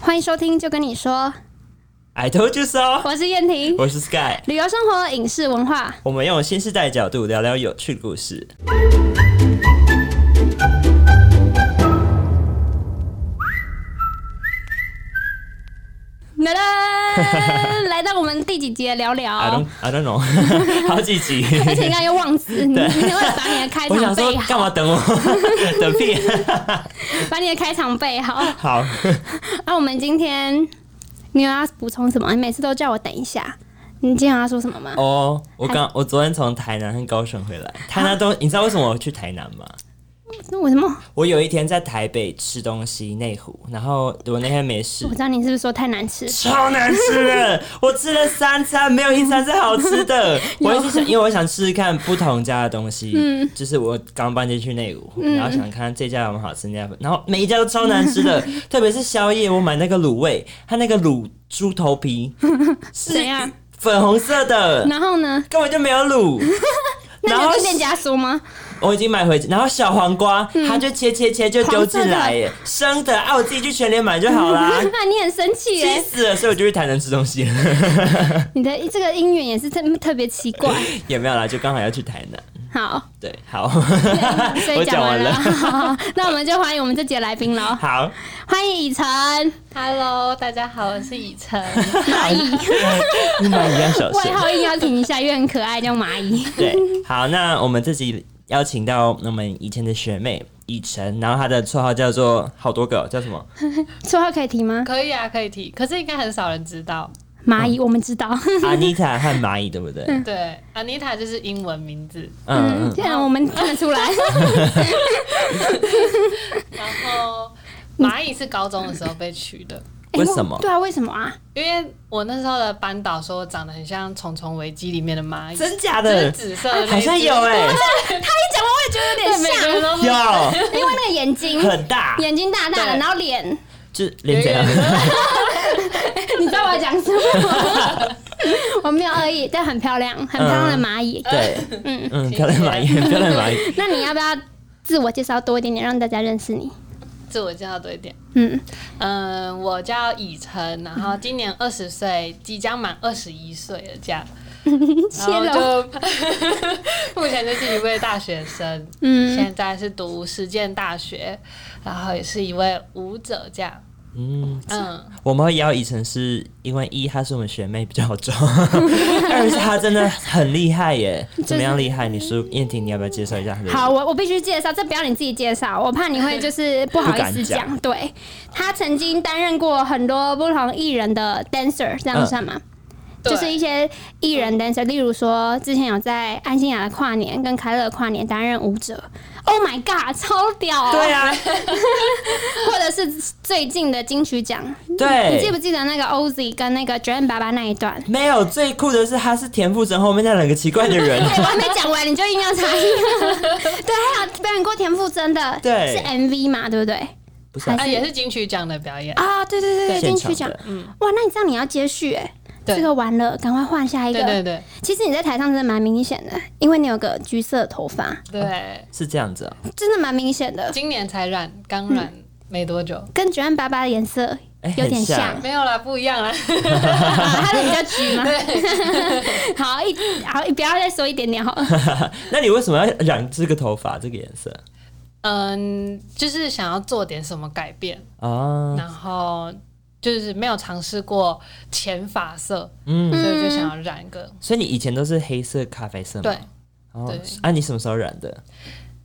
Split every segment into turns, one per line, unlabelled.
欢迎收听，就跟你说，
I told you so。
我是燕婷。
我是 Sky，
旅游、生活、影视、文化，
我们用新时代角度聊聊有趣故事。
来啦，来到我们第几集的聊
I
聊
don't，I don't know，好 几集。
而且你刚刚又忘 词，你你为了把你的开
我想
场
说
背
干嘛
好，
等我？等屁！啊
把你的开场背好。 啊
好，
那、我们今天你有要补充什么？你每次都叫我等一下，你今天有要说什么吗？
哦、我刚我昨天从台南和高雄回来，台南
啊
东，你知道为什么我去台南吗？
那为什么？
我有一天在台北吃东西内湖，然后我那天没事
我，知道你是不是说太难吃？
超难吃的，我吃了三餐，没有一餐是好吃的。我一直想，因为我想试试看不同家的东西，就是我刚搬进去内湖，然后想看这家有没有好吃，那家有没有然后每一家都超难吃的，特别是宵夜，我买那个卤味，它那个卤猪头皮是
怎样
粉红色的，
然后呢？
根本就没有卤。
那
然
你
后
有跟店家说吗？
我已经买回去，然后小黄瓜，它就切切切就丢进来耶，生的啊，我自己去全联买就好啦，
那你很生气
气
耶！
死了，所以我就去台南吃东西了。
你的这个姻缘也是特特别奇怪。
也没有啦，就刚好要去台南。
好，
对，好，
所以
我
讲
讲
完
完
了。
了。
好好那我们就欢迎我们这节来宾喽，
好，
欢迎以晨。
Hello，大家好，我是以晨。
蚂蚁，
你们一样小
外
声。
号硬要停一下，因为很可爱，叫蚂蚁。
对，好，那我们这集邀请到我们以前的学妹以晨，然后她的绰号叫做好多个，叫什 么？
绰号可以提吗？
可以啊，可以提，可是应该很少人知道。
蚂
嗯
蚁，我们知道。
阿妮塔和蚂蚁，对不对？嗯
对，Anita 就是英文名字。
嗯，
现在我们看得出来，
然后蚂蚁是高中的时候被取的，
为什么
对啊，为什么啊？
因为我那时候的班导说我长得很像《虫虫危机》里面的蚂蚁，
真假
就是
的？
紫色的那一只，
好像有哎、
一讲完我也觉得有
对，每
点
个
像
人，都是
有
因为那个眼睛，
很大，
眼睛大大的，
对
然后脸，
就是脸怎样？
你知道我要讲什么 吗？我没有恶意，但很漂亮，很漂亮的蚂蚁。
对，嗯嗯，漂亮蚂蚁，
谢谢
漂亮蚂蚁。
那你要不要自我介绍多一点点，让大家认识你？
自我介绍多一点。
嗯，
嗯，我叫以晨，然后今年二十岁，即将满二十一岁了，这样。然
谢
后
喽。
就目前哦就是一 位大学生，
嗯，
现在是读实践大学，然后也是一位舞者，这样。
嗯，
嗯，
我们会邀以晨是因为一她是我们学妹比较好 找，二是她真的很厉害耶。怎么样厉害？你说燕婷，你要不要介绍一下她的？
好，，我我必须介绍，这不要你自己介绍，我怕你会 就是不好意思
不敢
讲。对，他曾经担任过很多不同艺人的 dancer，这
嗯
样算吗？
对
就是一些艺人 dancer，例如说之前有在安心雅的跨年跟凯乐的跨年担任舞者，Oh my god，超屌、哦
对，啊，
或者是最近的金曲奖，你记
对
不，记得那个 Oz 跟那个 j a n 爸爸那一段？
没有最酷的是她是田馥甄后面那两个奇怪的人，
对，我还没讲完，你就硬要插一 个。对，还有表演过田馥甄的，
对
是 MV 嘛，对不对？
不是啊
啊，也是金曲奖的表演。
啊，对对对对，
现
金曲
场
奖。
的。
哇，那你这样你要接续哎、
对
这个完了，赶快换下一个。
对对对
其实你在台上真的蛮明显的，因为你有个橘色的头发，
对，
是这样子啊，
真的蛮明显的，
今年才染，刚染没多久。
跟九安爸爸的颜色
哎，
有点
很
像
没有啦，不一样啦。
啊，他的比较橘嘛。 好一好，不要再说一点点好了。
那你为什么要染这个头发这个颜色
嗯，就是想要做点什么改变，
啊？
然后就是没有尝试过浅发色，
嗯，
所以就想要染一个。
所以你以前都是黑色、咖啡色吗？
对，
哦
对。
啊，你什么时候染的？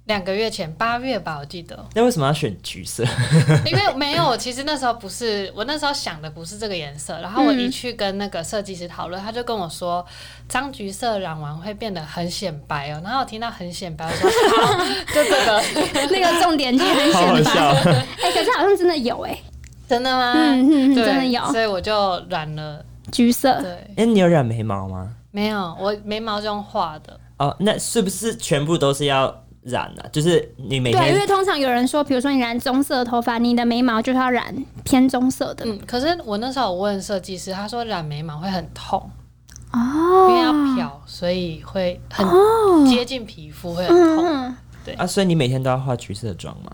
两个月前八月吧，我记得，
那为什么要选橘 色？
因为没有，其实那时候不是我那时候想的不是这个颜色，然后我
嗯
一去跟那个设计师讨论，他就跟我说，张橘色染完会变得很显白哦。然后我听到很显白，我说好， 就这个，
那个重点就很显白。，哎、可是好像真的有哎、
真的吗？
嗯嗯嗯
对
真的有
所以我就染了。
橘色。
对，
哎，你有染眉毛吗？
没有，我眉毛是用画的，
哦，那是不是全部都是要染啊？就是你每
对，因
天
为通常有人说，比如说你染棕色的头发，你的眉毛就是要染偏棕色的。
嗯。可是我那时候我问设计师，他说染眉毛会很痛，因为要
哦，
漂，所以会很
哦，
接近皮肤，会很痛。
嗯，
啊，所以你每天都要化橘色的妆吗？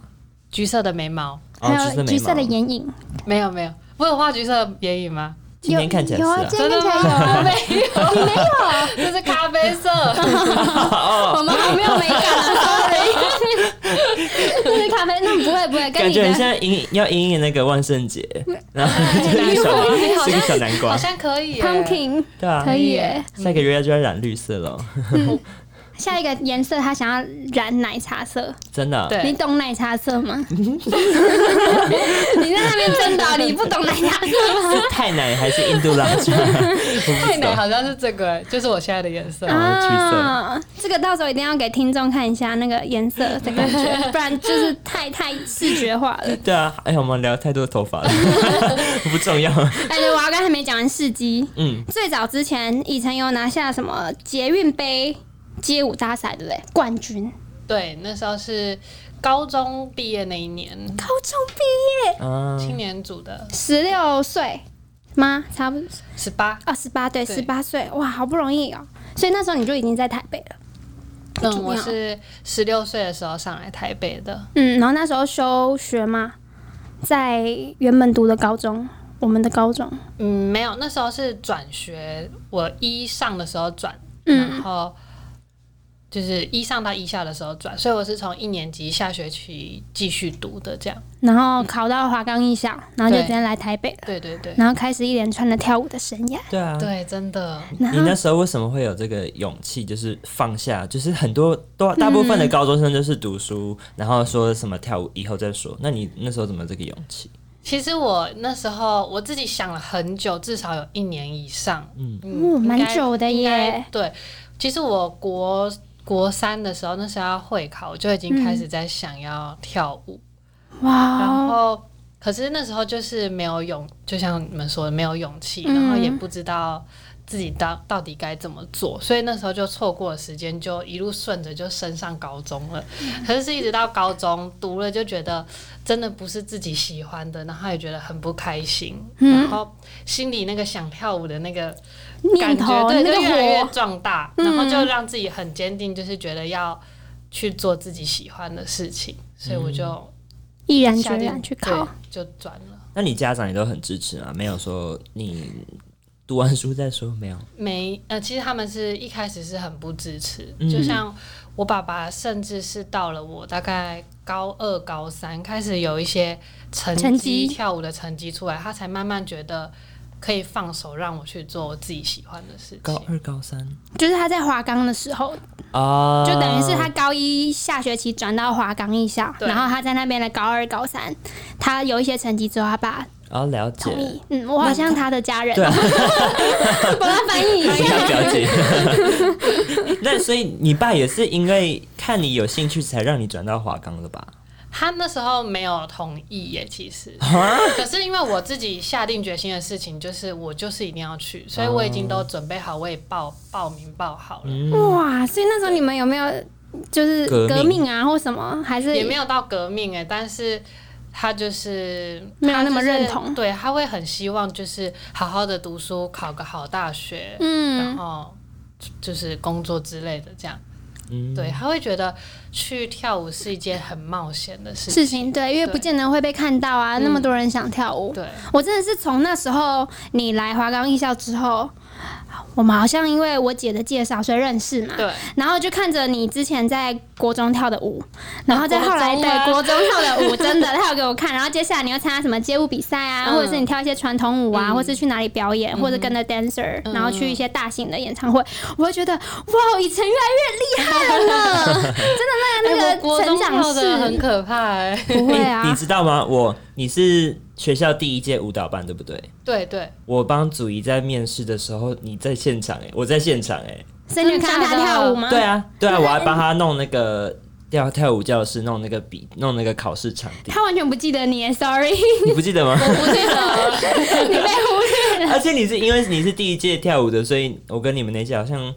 橘色的眉毛
哦，
还
橘色
有
眉
橘色的
毛。
眼影，
没有没有，我有画橘色眼影吗？
今天看起来是
有啊，
啊
今天看起来有
我
啊，
没有，你没 有，这是咖 啡色。
我 们还没有美感啊，sorry。这是咖啡，那不会不会，跟
感
你
觉很
的
像呃迎要迎迎那个万圣节，然后就是一个小
哎好
是
像
个小南瓜
好，像可以耶
pumpkin
对啊，
可以耶。
下个月就要染绿色了，
下一个颜色他想要染奶茶色，
真的啊。
对
你懂奶茶色 吗？你在那边真的，啊你不懂奶茶 色吗？
是泰奶还是印度拉茶？我不
太
知
奶
道。
好像是这个，就是我现在的颜色。
啊
啊，这个到时候一定要给听众看一下那个颜色的感 觉，不然就是太太视觉化了。
对啊，哎呀，我们聊太多头发 了，不重要。
哎，对，我要刚还没讲完事迹。
嗯，
最早之前，以前有拿下什么捷运杯街舞大赛，对不对？冠军，
对，那时候是高中毕业那一年，
高中毕业，
啊，
青年组的
十六岁吗？差不多
十八。
二啊十八，对，
对
十八岁，哇，好不容易哦。所以那时候你就已经在台北了，重要
嗯，我是十六岁的时候上来台北的。
嗯，然后那时候休学嘛，在原本读的高中，我们的高中，
嗯，没有，那时候是转学，我一上的时候转，
嗯
然后就是一上到一下的时候转，所以我是从一年级下学期继续读的，这样。
然后考到华冈艺校，然后就
对
直接来台北了，
对对对，
然后开始一连串的跳舞的生涯。
对啊。
对，真的。
你那时候为什么会有这个勇气，就是放下？就是很多多大部分
嗯
的高中生都是读书，然后说什么跳舞以后再说。那你那时候怎么有这个勇气？
其实我那时候我自己想了很久，至少有一年以上，嗯，
哦蛮
应该
久的耶。
应该对，其实我国国三的时候，那时候要会考，我就已经
嗯
开始在想要跳舞，然
哇，
后可是那时候就是没有勇，就像你们说的没有勇气，然后也
嗯
不知道自己到到底该怎么做，所以那时候就错过了时间，就一路顺着就升上高中了。
嗯
可是是一直到高中读了，就觉得真的不是自己喜欢的，然后也觉得很不开心，
嗯
然后心里那个想跳舞的那个
念
感觉
头
对，
那个
就越来越
火，嗯
壮大，然后就让自己很坚定，就是觉得要去做自己喜欢的事情，所以我就
毅然决
下定
然去考。，
对就转了。
那你家长也都很支持啊，没有说你读完书再说，没有。
没呃，其实他们是一开始是很不支持，
嗯
就像我爸爸，甚至是到了我大概高二、高三开始有一些成绩
成绩
跳舞的成绩出来，他才慢慢觉得可以放手让我去做我自己喜欢的事
高
情。
二、高三
就是他在华冈的时
嗯
候，
啊，
就等于是他高一下学期转到华冈艺校，
对
然后他在那边的高二、高三，他有一些成绩之后，他爸
哦，了解
同， 意。嗯，我好像他的家人，哦
对啊
啊
我来翻译一
非
下。
常了解。 那所以你爸也是因为看你有兴趣才让你转到华冈的吧？
他那时候没有同意耶，其实，可是因为我自己下定决心的事情，就是我就是一定要去，所以我已经
哦
都准备好，我也报报名报好了。
哇，所以那时候你们有没有就是
革
革
命
命啊，或什么？还是
也没有到革命哎、但是他就是
没有
他
那么
就是
认同
对，他会很希望就是好好的读书，考个好大学，然
嗯，
后就是工作之类的这样。
嗯，
对，他会觉得去跳舞是一件很冒险的事
事
情。
情对，因为
对
不见得会被看到啊，那么多人想跳舞。
嗯对，
我真的是从那时候你来华冈艺校之后，我们好像因为我姐的介绍所以认识嘛。
对，
然后就看着你之前在国中跳的舞，然后再后来
啊国中
对
吗
国中跳的 舞，真的她有给我看。然后接下来你又参加什么街舞比赛啊，
嗯
或者是你跳一些传统舞啊，
嗯
或是去哪里表演，或者跟着 dancer，然后去一些大型的演唱会，我会觉得哇，以前越来越厉害 了呢，真的
哎
那
我
个
国
那个成
中
长
跳的很
是
可怕哎、
不会
哎你
啊，
知道吗？我你是学校第一届舞蹈班，对不对？
对对，
我帮祖仪在面试的时候，你在现场哎、我在现场哎、
所以你有看到她跳舞吗？
对啊，对啊，
对
我还帮他弄那个跳跳舞教室，弄那个笔，弄那个考试场地，
她完全不记得你，sorry，
你不记得 吗？
我不记得，
你被忽 略了。
而且你是因为你是第一届跳舞的，所以我跟你们那届好像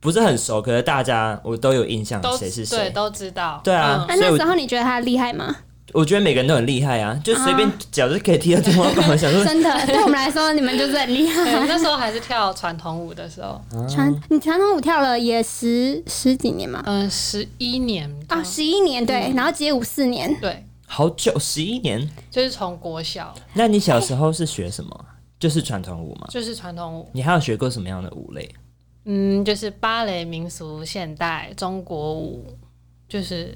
不是很熟，可是大家我都有印象
都
谁是
对
谁。
都知道。嗯
对啊
那
所以我
那时候你觉得她厉害吗？
我觉得每个人都很厉害啊，就随便脚就可以踢到天花板。我想说，
真 的，对我们来说，你们就是很厉
嗯，对
害。
那时候还是跳传统舞的时候，
传你传统舞跳了也十十几年嘛，
嗯，十一年
啊，
的
十一年对，然后街舞四年，
对，
好久，十一年。
就是从国小
那你小时候是学什 么？就是传统舞吗？
就是传统舞，
你还有学过什么样的舞类？
嗯，就是芭蕾、民俗、现代、中国舞，就是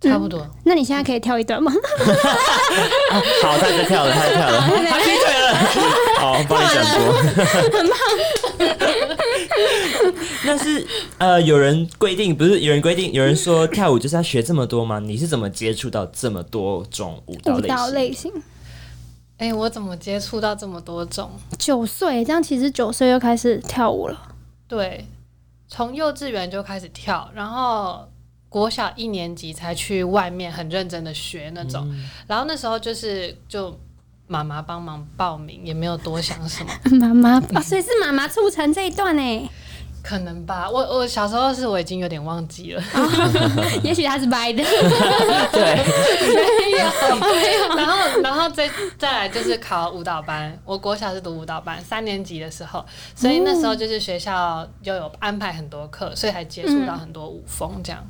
差不多。
那你现在可以跳一段吗？
好，他在跳了，他在跳了，他劈腿了。好，我帮你转播。很棒。 那是呃，有人规定，不是有人规定，有人说跳舞就是要学这么多吗？你是怎么接触到这么多种舞蹈
舞
类型？
蹈类型，
哎、我怎么接触到这么多种？
九岁这样，其实九岁就开始跳舞了。
对，从幼稚园就开始跳，然后国小一年级才去外面很认真的学那种。然后那时候就是就妈妈帮忙报名，也没有多想什么，
妈妈哦，所以是妈妈促成这一段欸 呢。
可能吧。我我小时候是我已经有点忘记了，
也许他是掰的，
对，
没有。然后然后再再来就是考舞蹈班，我国小是读舞蹈班，三年级的时候，所以那时候就是学校就有安排很多课，所以还接触到很多舞风这样。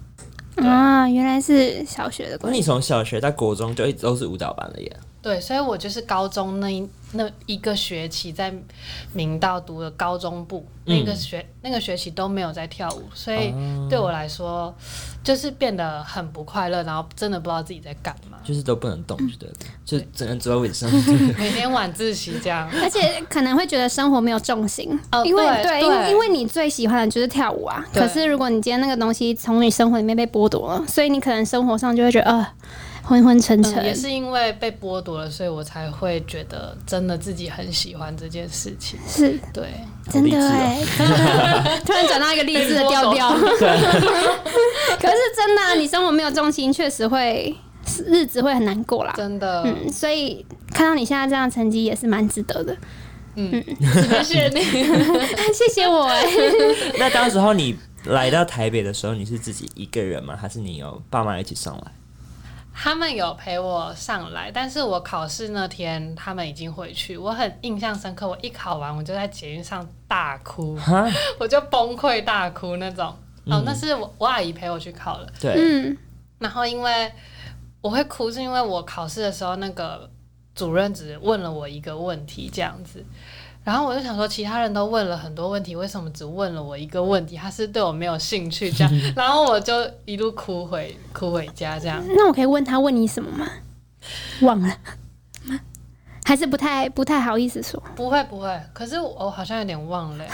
啊，原来是小学的
那
关系。
你从小学到国中就一直都是舞蹈班了耶。
对，所以我就是高中那一那一个学期在明道读的高中部，
嗯
那个学那个学期都没有在跳舞，所以
哦，
对我来说就是变得很不快乐，然后真的不知道自己在干嘛
就是都不能动，就对了，
嗯
就只能坐在位置上。
每天晚自习这样。
而且可能会觉得生活没有重心，
哦
因为
对
因
对
为因为你最喜欢的就是跳舞啊。
对
可是如果你今天那个东西从你生活里面被剥夺了，所以你可能生活上就会觉得呃昏昏沉沉
嗯、。也是因为被剥夺了，所以我才会觉得真的自己很喜欢这件事情。
是
对，
真的
好
哎、真的 突然转到一个励志的调 调。 可是真的啊、你生活没有重心，确实会日子会很难过啦。
真的，
嗯，所以看到你现在这样的成绩也是蛮值得的，
谢谢你。
谢谢我哎、
那当时候你来到台北的时候，你是自己一个人吗？还是你有爸妈一起上来？
他们有陪我上来，但是我考试那天他们已经回去，我很印象深刻。我一考完，我就在捷运上大哭，
哈，
我就崩溃大哭那种。哦，那是我我阿姨陪我去考了，
对，
嗯，
然后因为我会哭，是因为我考试的时候那个主任只问了我一个问题这样子，然后我就想说，其他人都问了很多问题，为什么只问了我一个问题？他是对我没有兴趣这样，然后我就一路哭回哭回家这样。
那我可以问他问你什么吗？忘了，还是不太不太好意思说。
不会不会，可是我我好像有点忘了欸，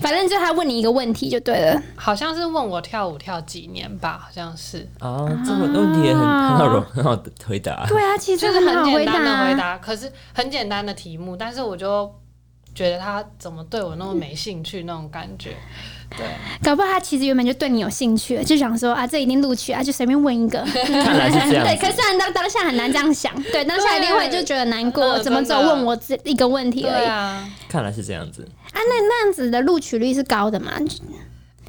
反正就他问你一个问题就对了，
好像是问我跳舞跳几年吧，好像是，
哦，这个问题也很很
啊
好容很好的回答。
对啊，其实
就是
好
很
回
简
答
单
啊、
的回答，可是很简单的题目，但是我就觉得他怎么对我那么没兴趣那种感觉，对，
搞不好他其实原本就对你有兴趣，就想说啊，这一定录取啊，就随便问 一个。
看来是这样
对，
子
可是虽然当当下很难这样想， 对，啊当下一定会就觉得难过，
嗯
怎么只有
真的
问我这一个问题而
对
已啊啊
啊，
看来是这样子。
那那样子的录取率是高的嘛？就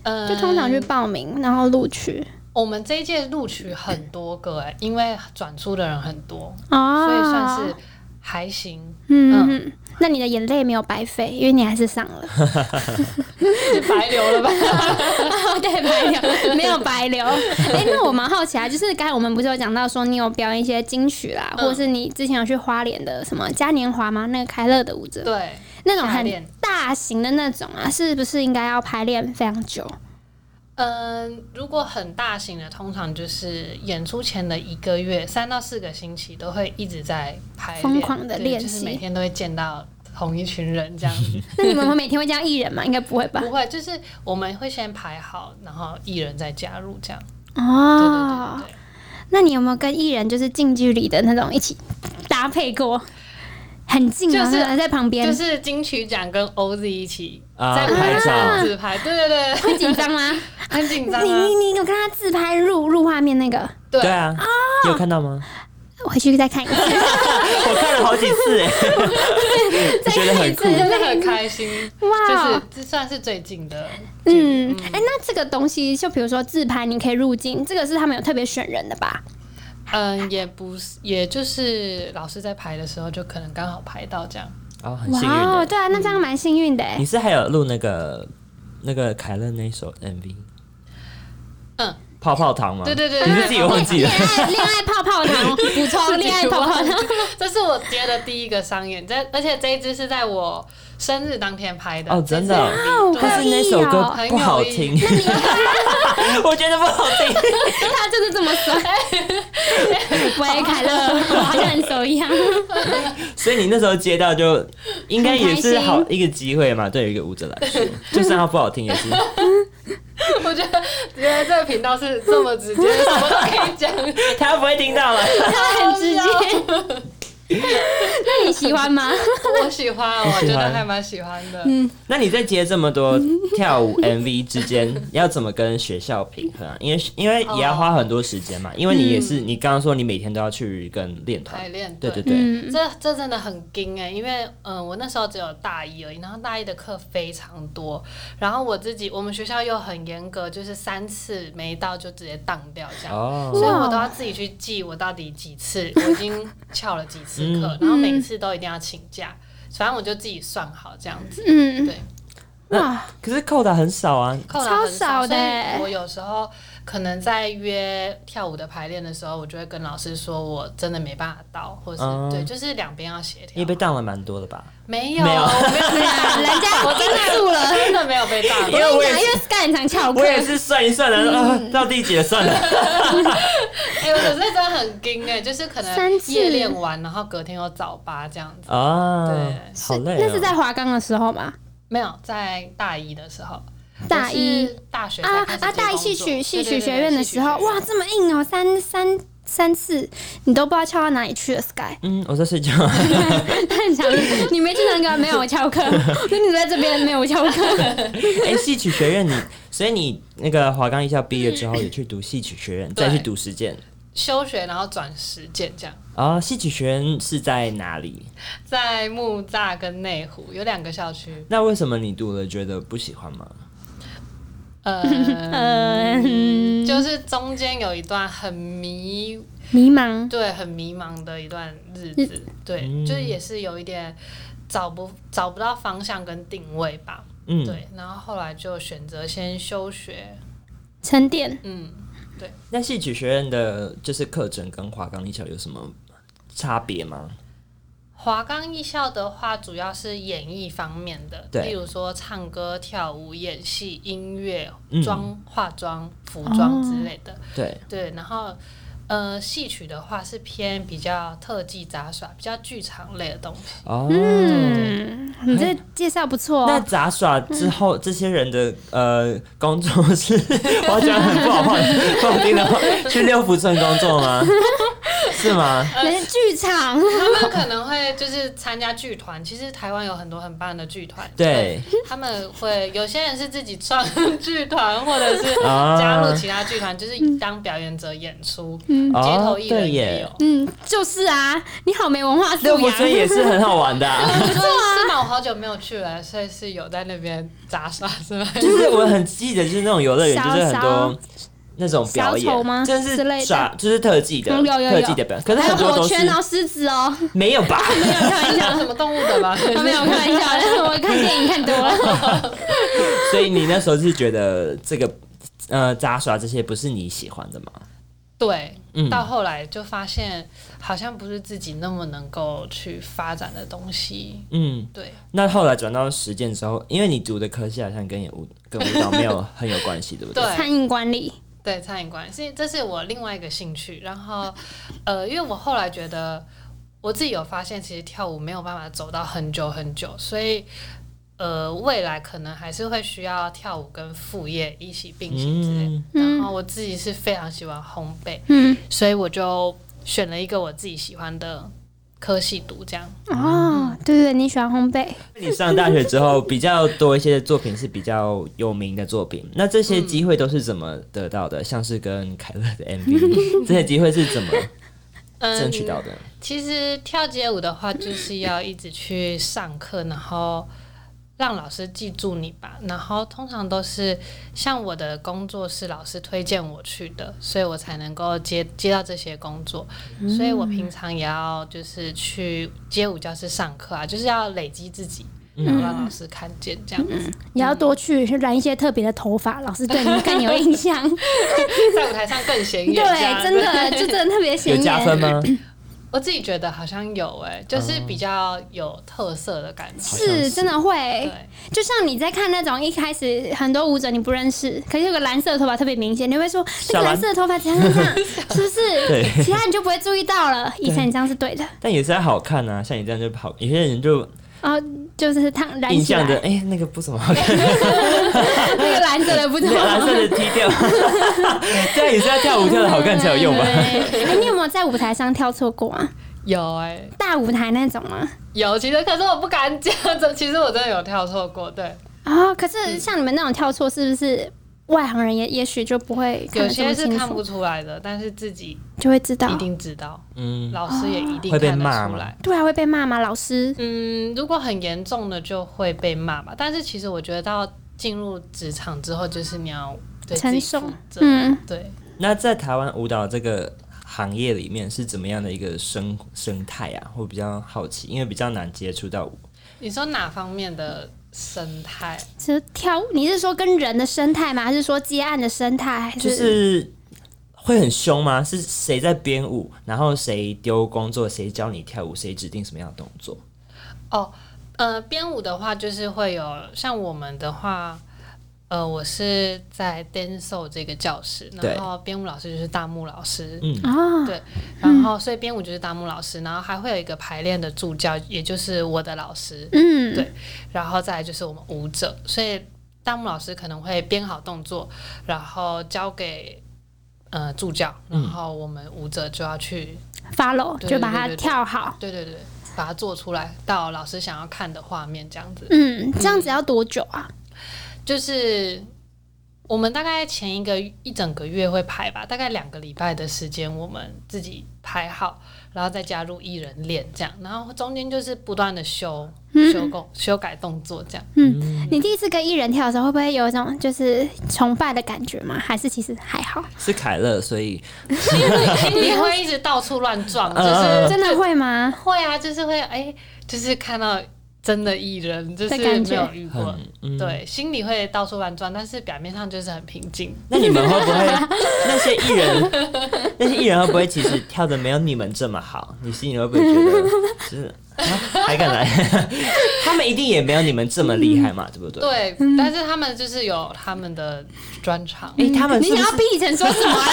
嗯，
就通常去报名，然后录取
我们这一届录取很多个哎、因为转出的人很多，
哦，
所以算是还行，
嗯。那你的眼泪没有白费，因为你还是上了，
是白流 了吧？
对，白流没有白流。哎、那我蛮好奇啊，就是刚才我们不是有讲到说你有表演一些金曲啦，
嗯
或者是你之前有去花莲的什么嘉年华吗？那个开乐的舞者，
对。
那种
排
很
练
大型的那种啊，是不是应该要排练非常久？
嗯，如果很大型的，通常就是演出前的一个月，三到四个星期都会一直在排练
疯狂地
对
练
就是
习
每天都会见到同一群 人这样子。
那你们会每天会这样艺人吗？应该不会吧？
不会，就是我们会先排好，然后艺人再加入这样。对对
哦
对，对对。
那你有没有跟艺人就是近距离的那种一起搭配过？很近啊，
就是
在旁边，
就是金曲奖跟 OZ 一起
啊
在排
拍照
自拍，对对对，
会紧张吗？
很 紧 张
你
啊。
你你有看他自拍入入画面那个？
对
对啊，你有看到吗？
我回去再看一次，
我看了好几次哎， 我觉得
看一
很
次
酷。
真的很开心，就
哇
是！这算是最近的，
嗯，哎、那这个东西，就比如说自拍，你可以入镜，这个是他们有特别选人的吧？
嗯，也不是，也就是老师在排的时候，就可能刚好排到这样。
哦，很幸运的。
对啊，那这样蛮幸运的哎
你。是还有录那个那个凯乐那一首 MV？
嗯，
泡泡糖吗？
对对对
你
对
是自己忘记了
恋。爱恋爱泡泡糖， 补充恋爱泡泡糖，
这是我接的第一个商演，这而且这一支是在我生日当天拍的
哦，真的哦
这支，
哦
但是那首歌
很有意义
不好听， 我觉得不好听。
他就是这么说。 喂，凯乐，好像很熟一样。
所以你那时候接到就应该也是好
很开
一个机会嘛，对于一个舞者来说，就算它不好听也 是。
我觉得原来这个频道是这么直接，什么都可以讲。
他不会听到了。
他很直接。那你喜欢吗？
我喜欢，
你
我
喜欢
觉得还蛮喜欢的。
那你在接这么多跳舞 MV 之间，要怎么跟学校平衡、啊？因为因为也要花很多时间嘛，因为你也是你刚刚说你每天都要去跟练团
排练
对对
对
对，
嗯，
这这真的很惊哎、因为嗯、呃我那时候只有大一而已，然后大一的课非常多，然后我自己我们学校又很严格，就是三次没到就直接当掉这样。
哦，
所以我都要自己去记我到底几次，我已经翘了几次课，然后每次都一定要请假，反正我就自己算好这样子。
嗯，
对，
哇，
可是扣打很少啊。
扣篮
超
很
少的
所以
欸
我有时候可能在约跳舞的排练的时候，我就会跟老师说我真的没办法到，或是、
嗯
对，就是两边要协
你
调
也。被当了蛮多的吧？
没有，
没有
我没有被打，
人 家
我真
盯住了
的真的没有被打。
因为我也
因为 Sky 很常翘课，
我也是算一算的，啊，到第几了算了。
哎、我可是真的很惊哎、就是可
三
能
次
夜练完，然后隔天有早八这样子。
啊
对，
好累、哦。
那是在华冈的时候吧？
没有，在大一的时候，
大
我
一
是大学才
啊
开始接
啊！大一
工作
戏曲戏
对对
曲
对
学院的
戏曲
时候，
学院
哇，这么硬哦，三三三次，你都不知道翘到哪里去了，Sky。
嗯，我在睡觉。
他很强，你没去那个没有我翘课， 那你在这边没有我翘课，
哎、戏曲学院你，所以你那个华冈艺校毕业之后，也去读戏曲学院，再去读实践。
休学，然后转实践这样，
啊，戏曲学院是在哪里？
在木栅跟内湖有两个校区。
那为什么你读了觉得不喜欢吗？
呃，
嗯，
就是中间有一段很迷，
迷茫，
对，很迷茫的一段日子，对，
嗯
就是也是有一点找不找不到方向跟定位吧，
嗯，。
对，然后后来就选择先休学，
沉淀。
嗯，
那戏曲学院的就是课程跟华冈艺校有什么差别吗？
华冈艺校的话，主要是演艺方面的，
对
例如说唱歌、跳舞、演戏、音乐
嗯、
妆、化妆、服装之类的。
对，
对，然后呃，戏曲的话是偏比较特技杂耍、比较剧场类的东西。
哦，
嗯，你这介绍不错
那
哦。
杂耍之后，这些人的呃工作是， 我好像很不好话不好听的话，去六福村工 作吗？是吗？
人家剧场，
他们可能会就是参加剧团，其实台湾有很多很棒的剧团。
对，
他们会有些人是自己创 剧团，或者是
啊
加入其他剧团，就是当表演者演出，街头
哦，
艺
对
人也
耶
有。。
嗯，就是啊，你好没文化素
六福
养。
村也是 很好玩的啊、
是是吗？我好久没有去了，所以是有在那边杂耍是吗？
就是我很记得，就是那种游乐园，
小
就是很多那种
小丑
表演，
吗
真
之
的
类的
是耍，就是特技的，
嗯有有有
特技的表演，可是
还有
很多
火
都是
圈哦，狮子哦，
没有吧？
开玩笑
讲什么动物的吧？
我没有开玩笑，但是 我看电影看多了。
所以你那时候是觉得这个呃杂耍这些不是你喜欢的吗？
对，
嗯
到后来就发现好像不是自己那么能够去发展的东西。
嗯，
对，
那后来转到实践之后，因为你读的科系好像跟演舞跟舞蹈没有很有关系，对不对？
对
餐饮管理，
对，餐饮管理是这是我另外一个兴趣。然后，呃，因为我后来觉得我自己有发现，其实跳舞没有办法走到很久很久，所以。呃，未来可能还是会需要跳舞跟副业一起并行之类的。
嗯，
然后我自己是非常喜欢烘焙，
嗯，
所以我就选了一个我自己喜欢的科系读，这样。
哦，对对，你喜欢烘焙，
你上大学之后比较多一些作品是比较有名的作品，那这些机会都是怎么得到的？像是跟凯乐的 MV 这些机会是怎么争取到的？
其实跳街舞的话，就是要一直去上课，然后让老师记住你吧。然后通常都是像我的工作是老师推荐我去的，所以我才能够接接到这些工作。
嗯
所以我平常也要就是去街舞教室上课啊，就是要累积自己。然
嗯
后让老师看见这样子。
也要多去染一些特别的头发，老师对你更有印象。
在舞台上更显眼。这样
对，
子
真的就真的特别显
有
眼。
加分吗？
我自己觉得好像有哎、就是比较有特色的感觉。
好像
是
是
真的会，
对，
就像你在看那种一开始很多舞者你不认识，可是有个蓝色的头发特别明显，你会说那
小
个
蓝
蓝色的头发怎样怎 样，是不是？
对
其他你就不会注意到了。以前你这样是对的，
但也是要好看啊，像你这样就好，有些人就
然后哦就是烫染
印
起来
象，的，哎、那个不怎么好看，
那个蓝色 的不知
那
道
个蓝色的踢掉， 这样也是要跳舞跳的好看才有用吧？
对 哎，你有没有在舞台上跳错过啊？
有哎、
大舞台那种啊吗？
有，其实可是我不敢讲，这其实我真的有跳错过，对，
啊、可是像你们那种跳错，是不是外行人也也许就不会看
有
得这么
些是
清
看
楚
不，出来的，但是自己
就会知道
一？定知道，
嗯，
老师也一定
会被
看得
骂
出
吗
来。
对啊，会被骂吗？老师？
嗯，如果很严重的就会被骂吧，但是其实我觉得到进入职场之后，就是你要对自己
承
负
受
责，
嗯，
对。
那在台湾舞蹈这个行业里面是怎么样的一个生生态啊？我比较好奇，因为比较难接触到舞，
你说哪方面的生态？
其实跳，你是说跟人的生态吗？还是说接案的生态？还是、
就是会很凶吗？是谁在编舞？然后谁丢工作？谁教你跳舞？谁指定什么样的动作？
哦，呃，编舞的话就是会有，像我们的话，呃，我是在 dance 这个教室，
对
然后编舞老师就是大木老师，
嗯
啊？
对，然后所以编舞就是大木老师，然后还会有一个排练的助教，也就是我的老师，
嗯，
对然后再来就是我们舞者，所以大木老师可能会编好动作，然后交给。呃，助教，然后我们舞者就要去，
，follow
对
就把它
对对对
跳好。
对对对，把它做出来到老师想要看的画面这样子。
嗯，这样子要多久啊？
就是我们大概前一个一整个月会排吧，大概两个礼拜的时间，我们自己排好，然后再加入艺人练这样，然后中间就是不断的修修改修改动作这样。
你第一次跟艺人跳的时候，会不会有一种就是崇拜的感觉吗？还是其实还好？
是凯乐，所以
你会一直到处乱撞，就
嗯
是
真的会吗？
会啊，就是会哎、就是看到真的艺人，就是
的感
没
觉
有遇过。
很嗯。
对，心里会到处乱撞，但是表面上就是很平静。
那你们会不会 那些艺人，那些艺人会不会其实跳的没有你们这么好？你心里会不会觉得就是、啊、还敢来？ 他们一定也没有你们这么厉害
嗯
嘛，对不对？
对，但是他们就是有他们的专长。
哎、他们
嗯你
是不
想
是
要逼以前说什么啊？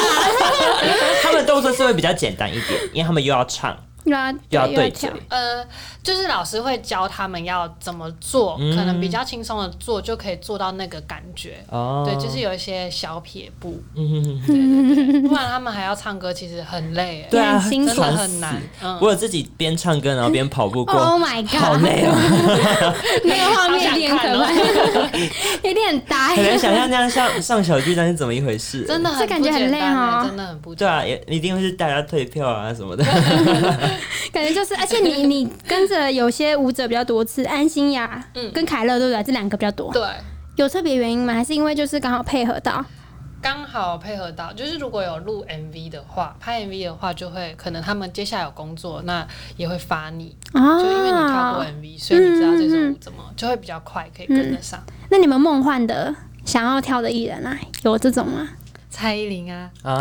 他们动作是会比较简单一点，因为他们又要唱
又要
又要
又要
对嘴
跳，，
呃，就是老师会教他们要怎么做，可能比较轻松的做就可以做到那个感觉。
哦，
对，就是有一些小撇步，
嗯，
对对对，不然他们还要唱歌，其实很累，
对啊，
很辛苦
真的
喘
很
死
难。嗯，
我有自己边唱歌然后边跑步过，
Oh my god！
好累哦，
那个画面有点可
好哦
怕，有点呆
很。难想象那样上上小巨蛋是怎么一回事。
真的很
这感觉
不简
很累
单欸
哦
真的很不
对
简单。
啊，也一定会是大家退票啊什么 的。
感觉就是，而且 你你跟着有些舞者比较多次，安心呀，
嗯
跟凯乐对不对？这两个比较多，
对，
有特别原因吗？还是因为就是刚好配合到？
刚好配合到，就是如果有录 MV 的话，拍 MV 的话，就会可能他们接下来有工作，那也会发你，
啊
就因为你跳过 MV，所以你知道这首舞怎么，就会比较快可以跟得上。
那你们梦幻的想要跳的艺人啊，有这种吗？
蔡依林啊，
啊，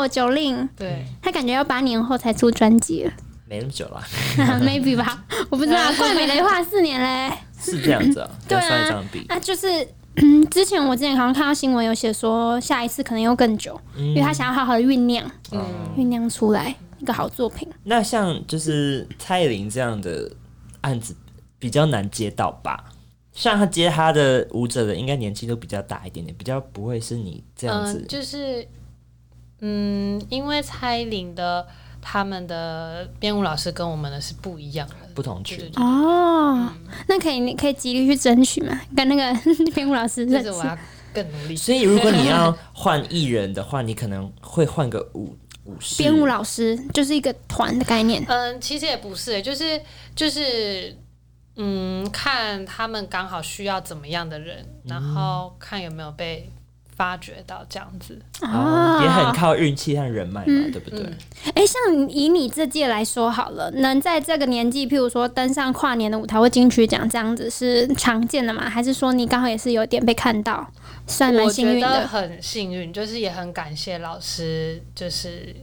哦，九令，
对，
他感觉要八年后才出专辑了
没那么久了，
，maybe 吧，我不知
啊
道。怪美的话四年嘞，
是这样 子啊，
对
跟
啊
上一张比，
啊，就是。嗯，之前我之前好像看到新闻有写说，下一次可能又更久，因为他想要好好的酝酿，
嗯，
酝酿出来一个好作品。
那像就是蔡依林这样的案子比较难接到吧？像他接他的舞者的，应该年纪都比较大一点点，比较不会是你这样子
呃
嗯，。就是嗯，因为蔡依林的他们的编舞老师跟我们的是不一样的，
不同
对对
群
对
哦，那可以，你可以极力去争取嘛，跟那个 编舞老师认
就是我
识。
要更努力。
所以如果你要换艺人的话，你可能会换个舞舞室。
编舞老师就是一个团的概念，
嗯，其实也不是、就是就是嗯，看他们刚好需要怎么样的人，然后看有没有被发掘到这样子。
啊
哦也很靠运气和人脉嘛，对不对？
哎、像以你这届来说好了，能在这个年纪，譬如说登上跨年的舞台或金曲奖这样子，是常见的吗？还是说你刚好也是有点被看到，算蛮
我
幸
觉
运
得
的？
很幸运，就是也很感谢老师，就是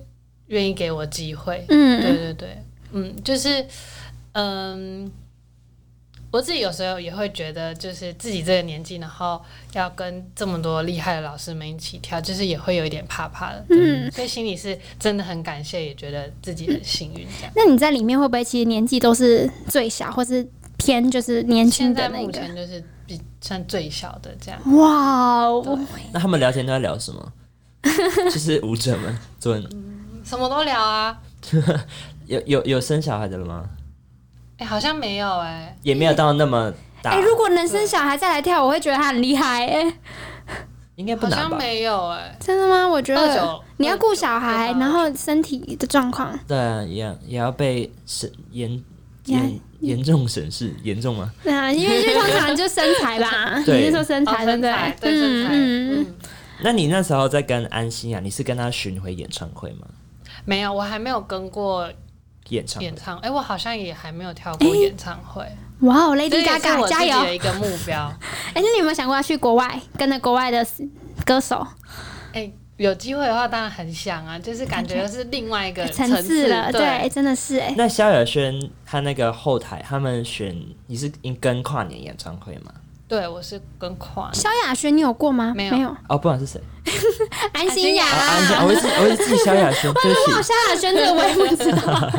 愿意给我机会。对
嗯，
对对，嗯，就是嗯，我自己有时候也会觉得，就是自己这个年纪，然后要跟这么多厉害的老师们一起跳，就是也会有一点怕怕的。嗯，所以心里是真的很感谢，也觉得自己很幸运这样。
那你在里面会不会其实年纪都是最小，或是偏就是年轻
现
的
在
那
目
个？
前就是比算最小的这样。
哇，哦我
那他们聊天都在聊什么？就是舞者们，做
什么都聊啊。
有有有生小孩的了吗？
哎、好像没有哎、
也没有到那么大，
哎、如果能生小孩再来跳，我会觉得他很厉害哎、
应该不
好
难
像
吧？
没有哎、
真的吗？我觉
二
得
九
你要顾小孩，然后身体的状况，
对啊，一样也要被审严
也
嗯
严严重审视，严重吗？
对啊，因为就通常就身材 吧，
对
你是说身
哦
材 对不
身材对身
嗯
材，
嗯，
嗯，
那你那时候在跟安心啊，你是跟他巡回演唱会吗？
没有，我还没有跟过
演唱会
演唱，哎、我好像也还没有跳
哎
过演唱会，
哇哦
这
，Lady
也是
Gaga
我自
加
己
油！
的一个目标。
哎，那你有没有想过要去国外，跟着国外的歌手
哎、有机会的话，当然很想啊，就是感觉是另外一个
层
次
次了？对，
对，
真的是哎，
那萧亚轩他那个后台，他们选你是跟跨年演唱会吗？
对我是跟跨
萧亚轩你有过吗？
没有
哦，不管是谁，
安心雅，
啊安心，我一直我一直记萧亚轩，对
哦，
不
萧亚轩这个我 也不知道，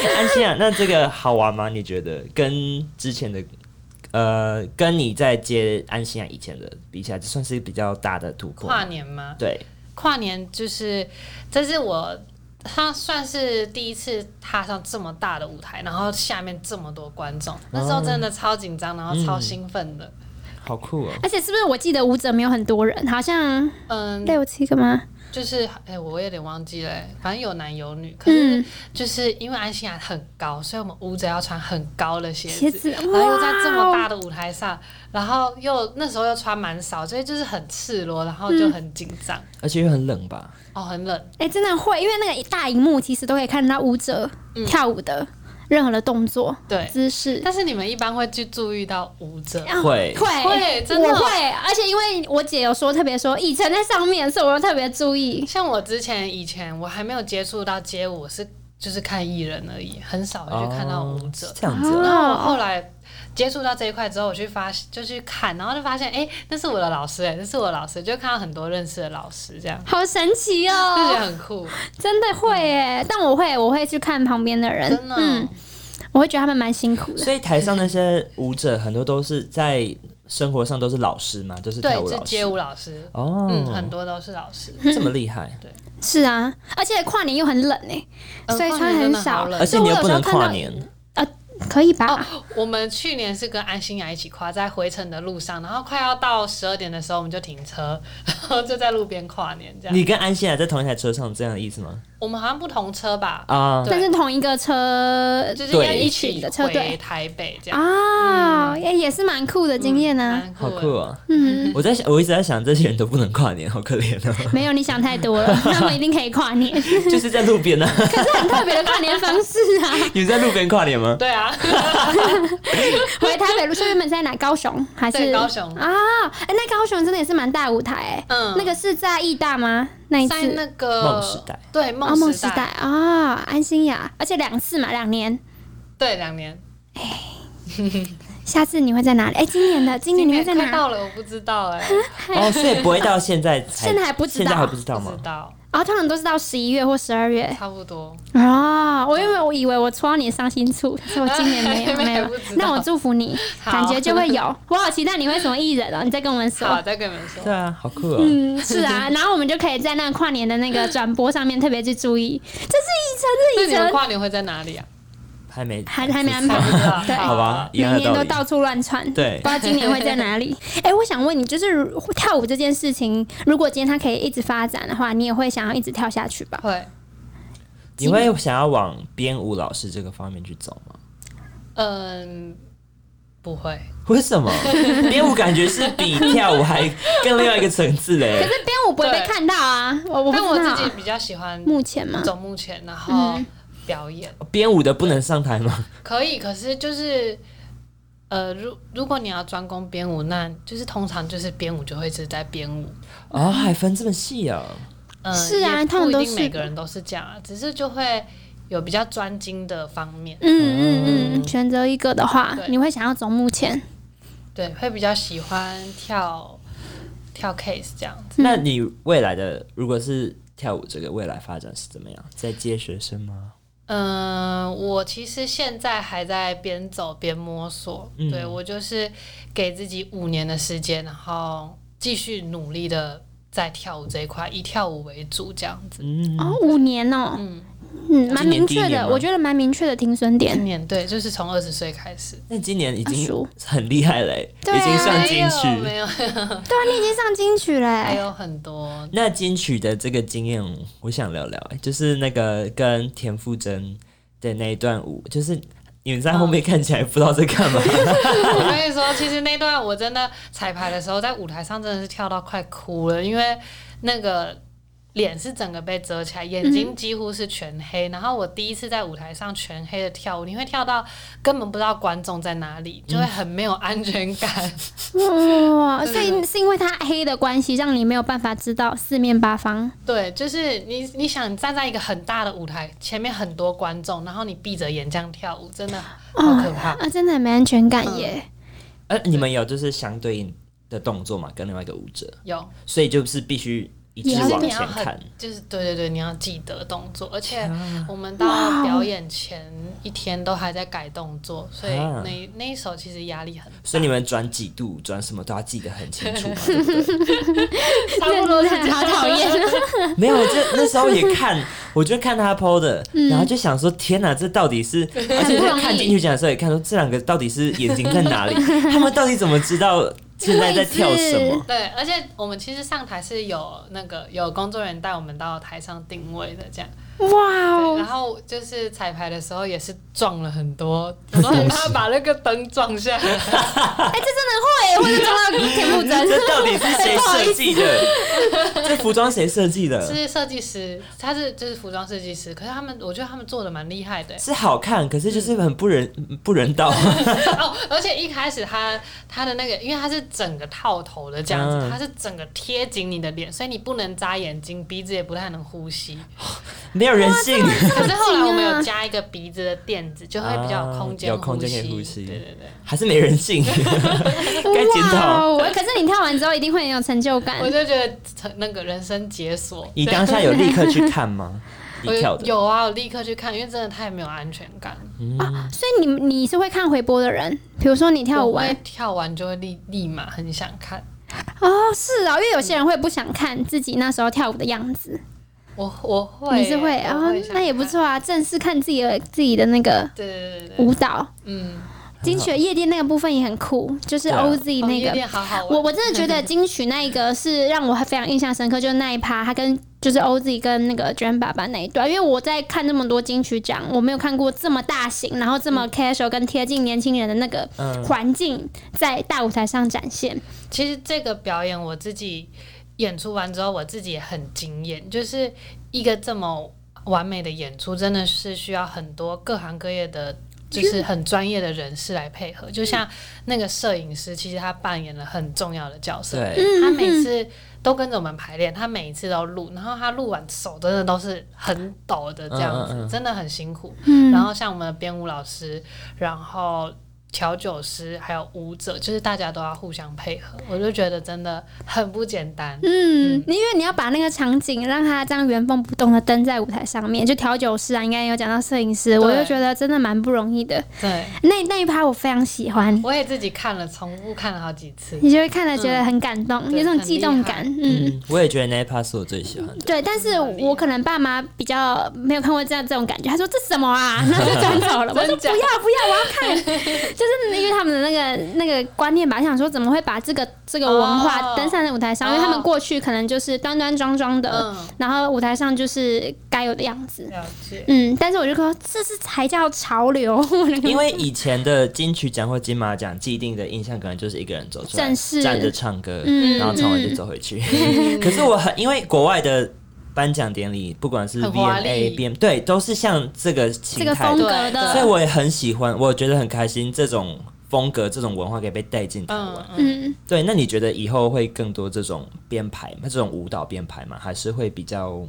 起，安心啊。那这个好玩吗？你觉得跟之前的呃，跟你在接安心啊以前的比起来，这算是比较大的突破吗。
跨年吗？
对，
跨年就是，这是我他算是第一次踏上这么大的舞台，然后下面这么多观众，那
哦
时候真的超紧张，然后超兴奋的。
好酷哦。
而且是不是我记得舞者没有很多人，好像
嗯，
六七个吗？
就是哎、我有点忘记了、反正有男有女。可
嗯
是就是因为安心亚很高，所以我们舞者要穿很高的鞋
鞋
子，
子，然哎
然后又在这
哦
么大的舞台上，然后又那时候又穿蛮少，所以就是很赤裸，然后
嗯
就很紧张，
而且又很冷吧？
哦，很冷。
哎、真的会，因为那个大荧幕其实都可以看到舞者跳舞的任何的动作、
嗯对，
姿势。
但是你们一般会去注意到舞者
啊
会
会
会真的
我会，而且因为我姐有说，特别说以晨在上面，所以我又特别注意。
像我之前以前我还没有接触到街舞，我是就是看艺人而已，很少会去看到舞者
哦。这样子
哦
啊。
然后我后来接触到这一块之后，我去发就去看，然后就发现哎、诶那是我的老师哎、诶那是我的老师，就看到很多认识的老师这样，
好神奇
就觉得
哦，
很酷，
真的会耶！但我会，我会去看旁边的人，
真的哦、
嗯，我会觉得他们蛮辛苦的。
所以台上那些舞者很多都是在生活上都是老师嘛，就是跳舞
对，是
老
街
师
舞老师，
哦，
嗯，很多都是老师，
这么厉害。
是啊，而且跨年又很冷哎，
嗯
所以穿很少
跨年真的好冷
而且你又不能跨年，
呃可以吧？
我们去年是跟安心雅一起跨，在回程的路上，然后快要到十二点的时候，我们就停车，然后就在路边跨年这样。
你跟安心还在同一台车上，这样的意思吗？
我们好像不同车吧，
啊，
对
但是同一个车
就是要
对
一起
的车队
回台北这样。
啊，也、也是蛮酷的经验啊。
嗯蛮
好
的
酷啊！嗯，我在想，我一直在想，这些人都不能跨年，好可怜 哦，
没有，你想太多 了，他们一定可以跨年，
就是在路边呢、啊。
可是很特别的跨年方式啊。
你们在路边跨年吗？
对啊，
回台北路，所以原本在哪？高雄还是
对高雄
啊？哎、那高雄真的也是蛮大舞台哎、
嗯，
那个是在义大吗？那一次
在那个
梦时代，
对
啊，
梦
梦
时
时
代，
代啊，安心雅，而且两次嘛，两年。
对两年，
下次你会在哪里？哎、今年的，今年你会在
快
哪？
到了，我不知道哎，
哦，所以不会到现在才，
现在还不知道
现在还不知道
不
吗
知？道，
哦，通常都是到十一月或十二月。
差不 多。
哦，我因为我以为我戳到你的伤心处，可是我今年没有
没有
没有
不知。道
那我祝福你，
好
感觉就会有。我好期待你会什么艺人哦，你再跟我们说。
好，再跟你们 说
对。啊，好酷哦！
嗯，是啊，然后我们就可以在那个跨年的那个转播上面特别去注意，这
那
是以
你
晨，这是
们
以晨，
跨年会在哪里啊？
还没，
还还没安
还不
排，
知道
对
好吧，一样
每
的
年都
道理。
到处乱窜，
对
不知道今年会在哪 里。哎、我想问你，就是如跳舞这件事情，如果今天它可以一直发展的话，你也会想要一直跳下去吧？
会，
你会想要往编舞老师这个方面去走吗？
嗯，不会，
为什么编舞感觉是比跳舞还更另外一个层次欸
可
嘞
是？编舞不会被看到啊，我我不
但我
知道
自
啊
己比较喜欢
目前嘛，嗯
走幕前，然后表演、
编舞的不能上台吗？
可以，可是就是。呃，如如果你要专攻编舞，那就是通常就是编舞就会是在编舞，
哦，还分这么细哦。
呃，
是啊
也
他们
不一
都
定
是
每个人都是这样啊，只是就会有比较专精的方面，
嗯嗯嗯，选择一个的话，
哦对
你会想要走幕前，
对，会比较喜欢跳跳 case 这样子。
那你未来的如果是跳舞这个未来发展是怎么样？在接学生吗？
嗯、我其实现在还在边走边摸索，
嗯
对我就是给自己五年的时间，然后继续努力的在跳舞这一块，以跳舞为主这样子。
嗯，
哦，五年哦、
嗯，
嗯，蛮
今年
明
第一
确
年
的，
吗
我觉得蛮明确的停损点
今。年对，就是从二十岁开始，
那今年已
啊
经
熟
很厉害嘞、
对啊
已经上
没
金
有
曲。
没有，
对啊，你已经上金曲嘞、
还有很多
那金曲的这个经验，我想聊聊、就是那个跟田馥甄的那一段舞，就是你们在后面看起来不知道在干 嘛，
我跟你说，其实那段我真的彩排的时候，在舞台上真的是跳到快哭了，因为那个脸是整个被遮起来，眼睛几乎是全黑。然后我第一次在舞台上全黑的跳舞，你会跳到根本不知道观众在哪里，就会很没有安全感。
哇，
对
所以是因为它黑的关系，让你没有办法知道四面八方。
对，就是你你想站在一个很大的舞台，前面很多观众，然后你闭着眼这样跳舞，真的好可怕。
啊，真的很没安全感耶。
呃，你们有就是相对应的动作嘛，跟另外一个舞者，
有，
所以就是必须一致
也
就是
往
你
前
要很
看。，
就是对对对，你要记得动作，而且我们到表演前一天都还在改动作，所以
啊
那那一首其实压力很大，
所以你们转几度、转什么都要记得很清楚嘛，对不对？
嗯 差不多是
真
这
的
样
好讨厌。
没有，就那时候也 看，我就看他 PO 的，
嗯
然后就想说，天哪，这到底是？而且在看进去讲的时候也看说，这两个到底是眼睛在哪 里？他们到底怎么知道现在在跳什
位
么
置？
对，而且我们其实上台是有那个有工作人员带我们到台上定位的，这样。
哇
对，
哦
然，后就是彩排的时候也是撞了很多，我都很怕把那个灯撞下来。
哎、这真的会，或者撞到田馥 甄。
这到底是谁设计的？这服装谁设计的？
是设计师，他是就是服装设计师，可是他们我觉得他们做的蛮厉害的。
是好看，可是就是很不人不人 道。
哦，而且一开始他他的那个，因为他是整个套头的这样子，
嗯
他是整个贴紧你的脸，所以你不能眨眼睛，鼻子也不太能呼吸。
没有人性。
可是后来我们有加一个鼻子的垫子，就会比较有空间、
啊有空间可以呼吸
对对对，
还是没人 性，该检
哇
讨。
哦！可是你跳完之后一定会很有成就感
我。就觉得成那个人生解锁。
哎你当下有立刻去看吗？
我
你跳的，
有啊，我立刻去看，因为真的太没有安全感了。
所以你你是会看回播的人，比如说你跳舞
我会
完
跳完就会立立马很想看。
哦，是啊，因为有些人会不想看自己那时候跳舞的样子，
我我会，
你是会
我
哦，
想
那也不
看。
错啊，正式看自己的自己的那个
对对对对对，
舞蹈。
嗯，
金曲的夜店那个部分也很酷，就是
对啊
OZ 那
哦夜
个，
店好好玩。
我我真的觉得金曲那一个是让我非常印象深刻，就是那一趴他跟就是
嗯
OZ 跟那个 Jam 爸爸那一段，因为我在看那么多金曲奖，我没有看过这么大型，然后这
嗯
么 casual 跟贴近年轻人的那个
嗯
环境在大舞台上展现。
其实这个表演我自己演出完之后，我自己也很惊艳，就是一个这么完美的演出，真的是需要很多各行各业的。就是很专业的人士来配合，就像那个摄影师，其实他扮演了很重要的角色。
对，
嗯
他每次都跟着我们排练，他每一次都录，然后他录完手真的都是很抖的这样子，
嗯嗯嗯
真的很辛苦。
嗯
然后像我们的编舞老师，然后调酒师，还有舞者，就是大家都要互相配合，我就觉得真的很不简单。
嗯，你因为你要把那个场景让它这样原封不动的登在舞台上面，就调酒师啊，应该有讲到摄影师，我就觉得真的蛮不容易的。
对，
那那一趴我非常喜欢，
我也自己看了，重复看了好几次。
你就会看了觉得很感动，
嗯
有种激动感。嗯，
嗯，我也觉得那一 part 是我最喜欢的。
对。但是我可能爸妈比较没有看过这样这种感觉，他说 这什么啊，然后就转走了。我说不
真假
要不要，我要看，就是因为他们的那个那个观念吧，想说怎么会把这个这个文化
哦
登上在舞台上？因为他们
哦
过去可能就是端端庄庄的，
嗯，
然后舞台上就是该有的样子。
了解。
嗯，但是我就说这是才叫潮流， 我那个
因为以前的金曲奖或金马奖既定的印象，可能就是一个人走出来，
正式
站着唱歌，
嗯
然后唱完就走回去。 可是我很因为国外的颁奖典礼，不管是
很
V
华
M
丽
A B M，对，都是像这个形
这个
态
风
的，
格的，
所以我也很喜欢，我觉得很开心这种风格、这种文化可以被带进台湾。
嗯嗯，
嗯，
对，那你觉得以后会更多这种编排吗？这种舞蹈编排吗？还是会比较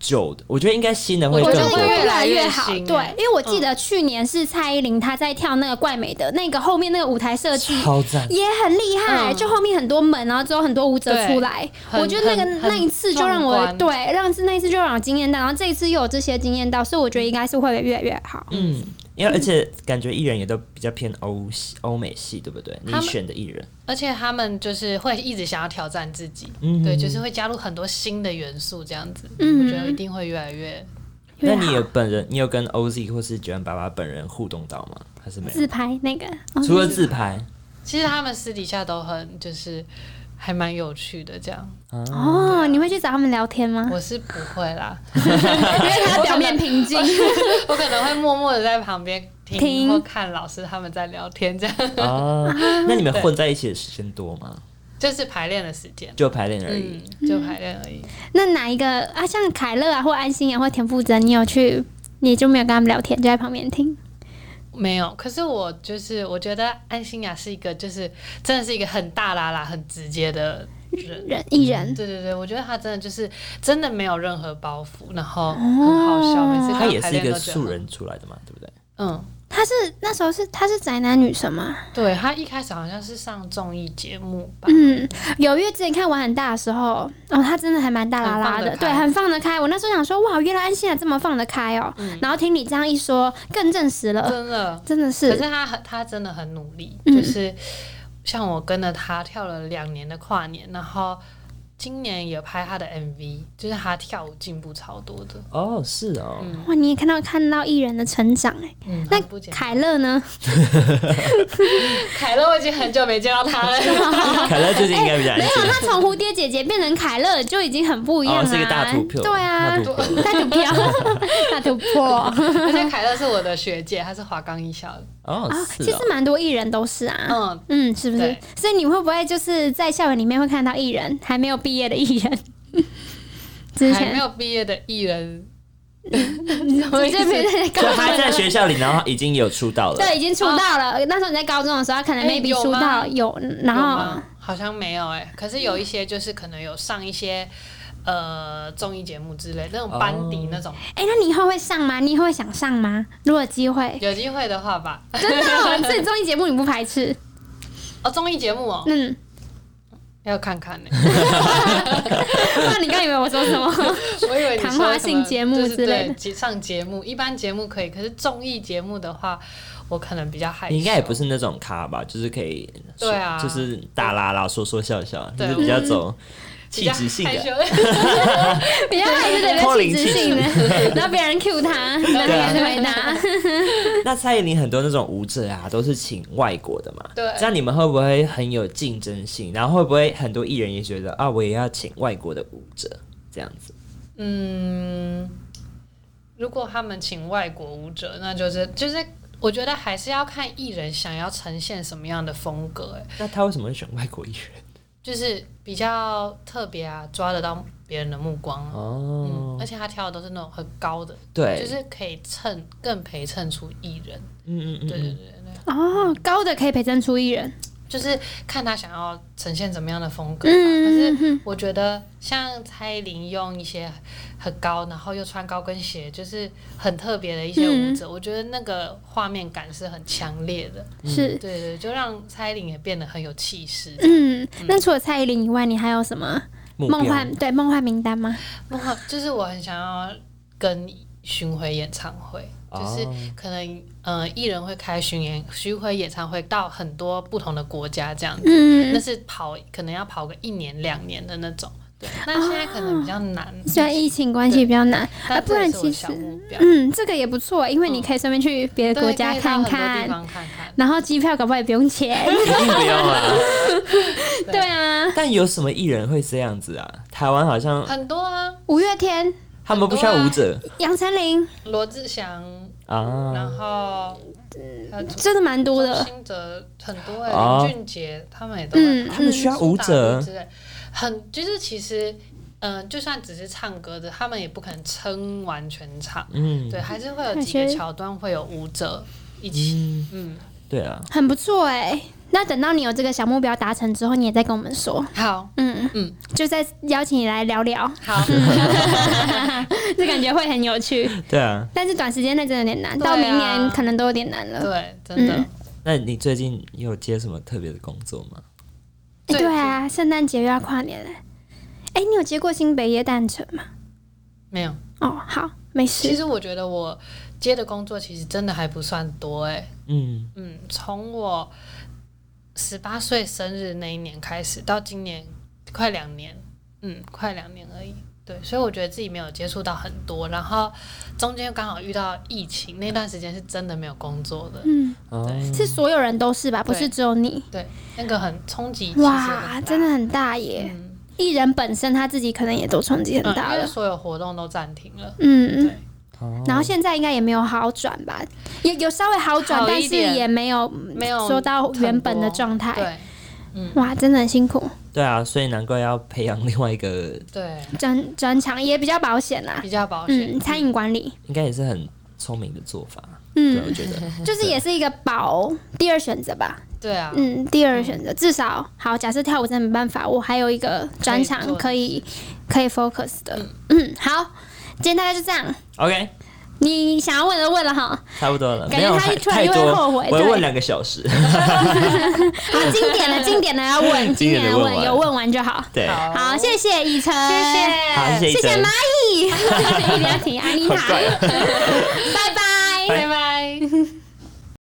旧的？我觉得应该新的会
嗯我
更
觉得
我觉
会
多。
得
越
越
来
来
越
越
好，
新
对
欸，
因为我记得去年是蔡依林她在跳那个怪美的那个后面那个舞台设计
超赞！
也很厉害，
嗯
就后面很多门，然后之后很多舞者出来，
对
我觉得那个
很很
那一次就让我
很壮
对，让那一次就让我惊艳到，然后这一次又有这些惊艳到，所以我觉得应该是会越来越好。
嗯，因为而且感觉艺人也都比较偏欧系、欧美系，对不对？你
他们
选的艺人，
而且他们就是会一直想要挑战自己，
嗯
对，就是会加入很多新的元素，这样子，
嗯
我觉得一定会越来越
那
越
你
好
有本人，你有跟 OZ 或是九万爸爸本人互动到吗？还是没 有？
自拍那个，哦
除了自拍
其实他们私底下都很就是还蛮有趣的，这样
啊，
哦，你会去找他们聊天吗？
我是不会啦，
因为他 表面平静，
我可能会默默的在旁边
听
听或看老师他们在聊天，这样
哦，那你们混在一起的时间多吗？
就是排练的时间，
就排练而已
嗯。，就排练而已。
那哪一个啊？像凯乐啊，或安心啊，或田馥甄，你有去，你就没有跟他们聊天，就在旁边听。
没有，可是我就是我觉得安心雅是一个，就是真的是一个很大啦啦、很直接的人。
人艺人，
对对对，我觉得他真的就是真的没有任何包袱，然后很好笑，每次跟
他也
排
是一
练
个
都觉得
素
很。
人出来的嘛，对不对？
嗯，
他是那时候是他是宅男女神吗？
对他一开始好像是上综艺节目吧，
嗯，有，因为之前看玩很大的时候，哦，他真的还蛮大啦啦
很放
的，
得开
对，很放得开。我那时候想说，哇，原来安心也啊这么放得开哦。然后听你这样一说，更证实了，
真的。
真的
可
嗯是
是他很他真的很努力，
嗯
就是像我跟着他跳了两年的跨年，然后今年也拍他的 MV，就是他跳舞进步超多的。
哦，是哦，
哇，你也看到看到艺人的成长哎。
嗯，
那
很不简单
凯乐 呢？
凯乐，我已经很久没见到他了。
凯乐最近应该比较安
没 有，
静。
他从蝴蝶姐姐变成凯乐就已经很不一样
哦，
了。
是一个大突破，
对啊
大，突破。
大突 破，大突破。
而且凯乐是我的学姐，她是华冈艺校的。
哦，是
其
哦
实蛮多艺人都是啊。
嗯，
嗯，是不是
对？
所以你会不会就是在校园里面会看到艺人还没有毕业的艺 人？ 之
还
前
没有毕业的艺人，
我这边
就他在
中，
学校里，然后已经有出道了。
对，已经出道了。那时候你在高中的时候，可能
哦哎
maybe
有
出道
吗
有，然
有
后
吗好像没有哎、可是有一些就是可能有上一些呃综艺节目之类那种班底
哦
那种，
哎，那你以后会上吗？你以后会想上吗？如果有机 会，
有机会的话吧。
真的哦，所以综艺节目你不排斥？
哦，综艺节目哦，
嗯，
要看看欸呢、
那你刚以为我说什么？
我以为你说
谈话
什
性
么
节目
就是
之类
对
的
节上节目，一般节目可以，可是综艺节目的话，我可能比较害羞。
你应该也不是那种咖吧，就是可以说，
哎哦对啊
就是大啦啦说说笑笑，就
对
是比较 走
比
气
较
质性
害
的。
羞。
比较还是得被气质性的，然后别人 Q 他，然
啊
后别人回答。
那蔡依林很多那种舞者啊，都是请外国的嘛，
对
这样你们会不会很有竞争性？然后会不会很多艺人也觉得啊，我也要请外国的舞者这样子？
嗯，如果他们请外国舞者，那就是就是，我觉得还是要看艺人想要呈现什么样的风格、欸，
那他为什么会选外国艺人？
就是比较特别啊，抓得到别人的目光啊。嗯，
哦，
而且他跳的都是那种很高的，
对，
就是可以衬更陪衬出艺人。
嗯嗯嗯，
对对对对对
哦，高的可以陪衬出艺人，
就是看他想要呈现怎么样的风格吧。
嗯
可是我觉得像蔡依林用一些很高，然后又穿高跟鞋，就是很特别的一些
嗯
舞者，我觉得那个画面感是很强烈的。
是
对。对对，就让蔡依林也变得很有气势。
嗯，那除了蔡依林以外，你还有什么
目标
梦 幻对梦幻名单吗？
梦幻就是我很想要跟巡回演唱会。就是
哦
可能，呃，艺人会开巡演、巡回演唱会到很多不同的国家这样子。
嗯
那，是跑可能要跑个一年两年的那种。对，那现在可能比较难，
嗯虽然疫情关系比较难，啊，
但
不
这
然
也是我
其
的
实
小目标。嗯
嗯，这个也不错，因为你可以顺便去别的国家
对可以
看
到很多地
看。
方看看，
然后机票搞不好也不用 钱。
一定不用啊。
对啊，
但有什么艺人会这样子啊？台湾好像
很多啊，
五月天、
他们不需要舞者
杨丞琳，
罗志祥，
啊。
然后还有周
真的蛮多
周
的。
兴哲很多
哦
哎，林俊杰他们也都会
嗯
他们
嗯，
需要舞者
之类，很就是其实，嗯、就算只是唱歌的，他们也不可能撑完全场，
嗯
对，还是会有
那
几个
些
桥段会有舞者一起，
嗯，
嗯，
对啊，
很不错哎、那等到你有这个小目标达成之后，你也再跟我们说，
好，
嗯嗯
嗯，
就再邀请你来聊 聊，
好，
这感觉会很有趣。
对啊。
但是短时间内真的有点难，
对啊
到明年可能都有点难了。
对，真的，
嗯
那你最近有接什么特别的工作吗？
哎
对
对啊，圣诞节又要跨年了。哎、你有接过新北耶诞城吗？
没有。
哦，好，没
其
事。
实我觉得我接的工作其实真的还不算多哎、
嗯，
嗯，从我十八岁生日那一年开始，到今年快两年，嗯，快两年而已。对，所以我觉得自己没有接触到很多，然后中间又刚好遇到疫情，那段时间是真的没有工作的，
嗯，
哦，
是所有人都是吧？不是
对
只有你。
对，那个很冲击，其实
哇，
很大
真的，很大耶！
嗯，
艺人本身他自己可能也都冲击很
嗯
大
因为
了。
所有活动都暂停了，
嗯
对，
哦
然后现在应该也没有好转吧？有有稍微好转，
好
但
一
是
点
也没有
没有
说到原本的
很多
状态。
对
哇，真的很辛苦，
对啊，所以难怪要培养另外一个，
对，
专专长也比较保险啦。
比较保险，
嗯，餐饮管理，
应该也是很聪明的做法。对，我
嗯，
觉得，
就是也是一个保第二选择吧。
对啊，
嗯，第二选择至少好。假设跳舞真的没办法，我还有一个专长可
可
以可以 focus 的。嗯，好，今天大概就这样。
OK，
你想要问的问了哈，
差不多了，
感
没
觉
有
他
还
突然
太
就会后
多
悔，
我要
对
问两个小时。
好，经典的经典的要 问，经
经典
典
的
的
问
问，
完
有问完就好。
对，
好，
好，谢谢以晨，
好，
谢
谢谢
谢
一
蚂
晨，
蚁，一定要停安妮塔，
好怪
拜拜，
拜拜。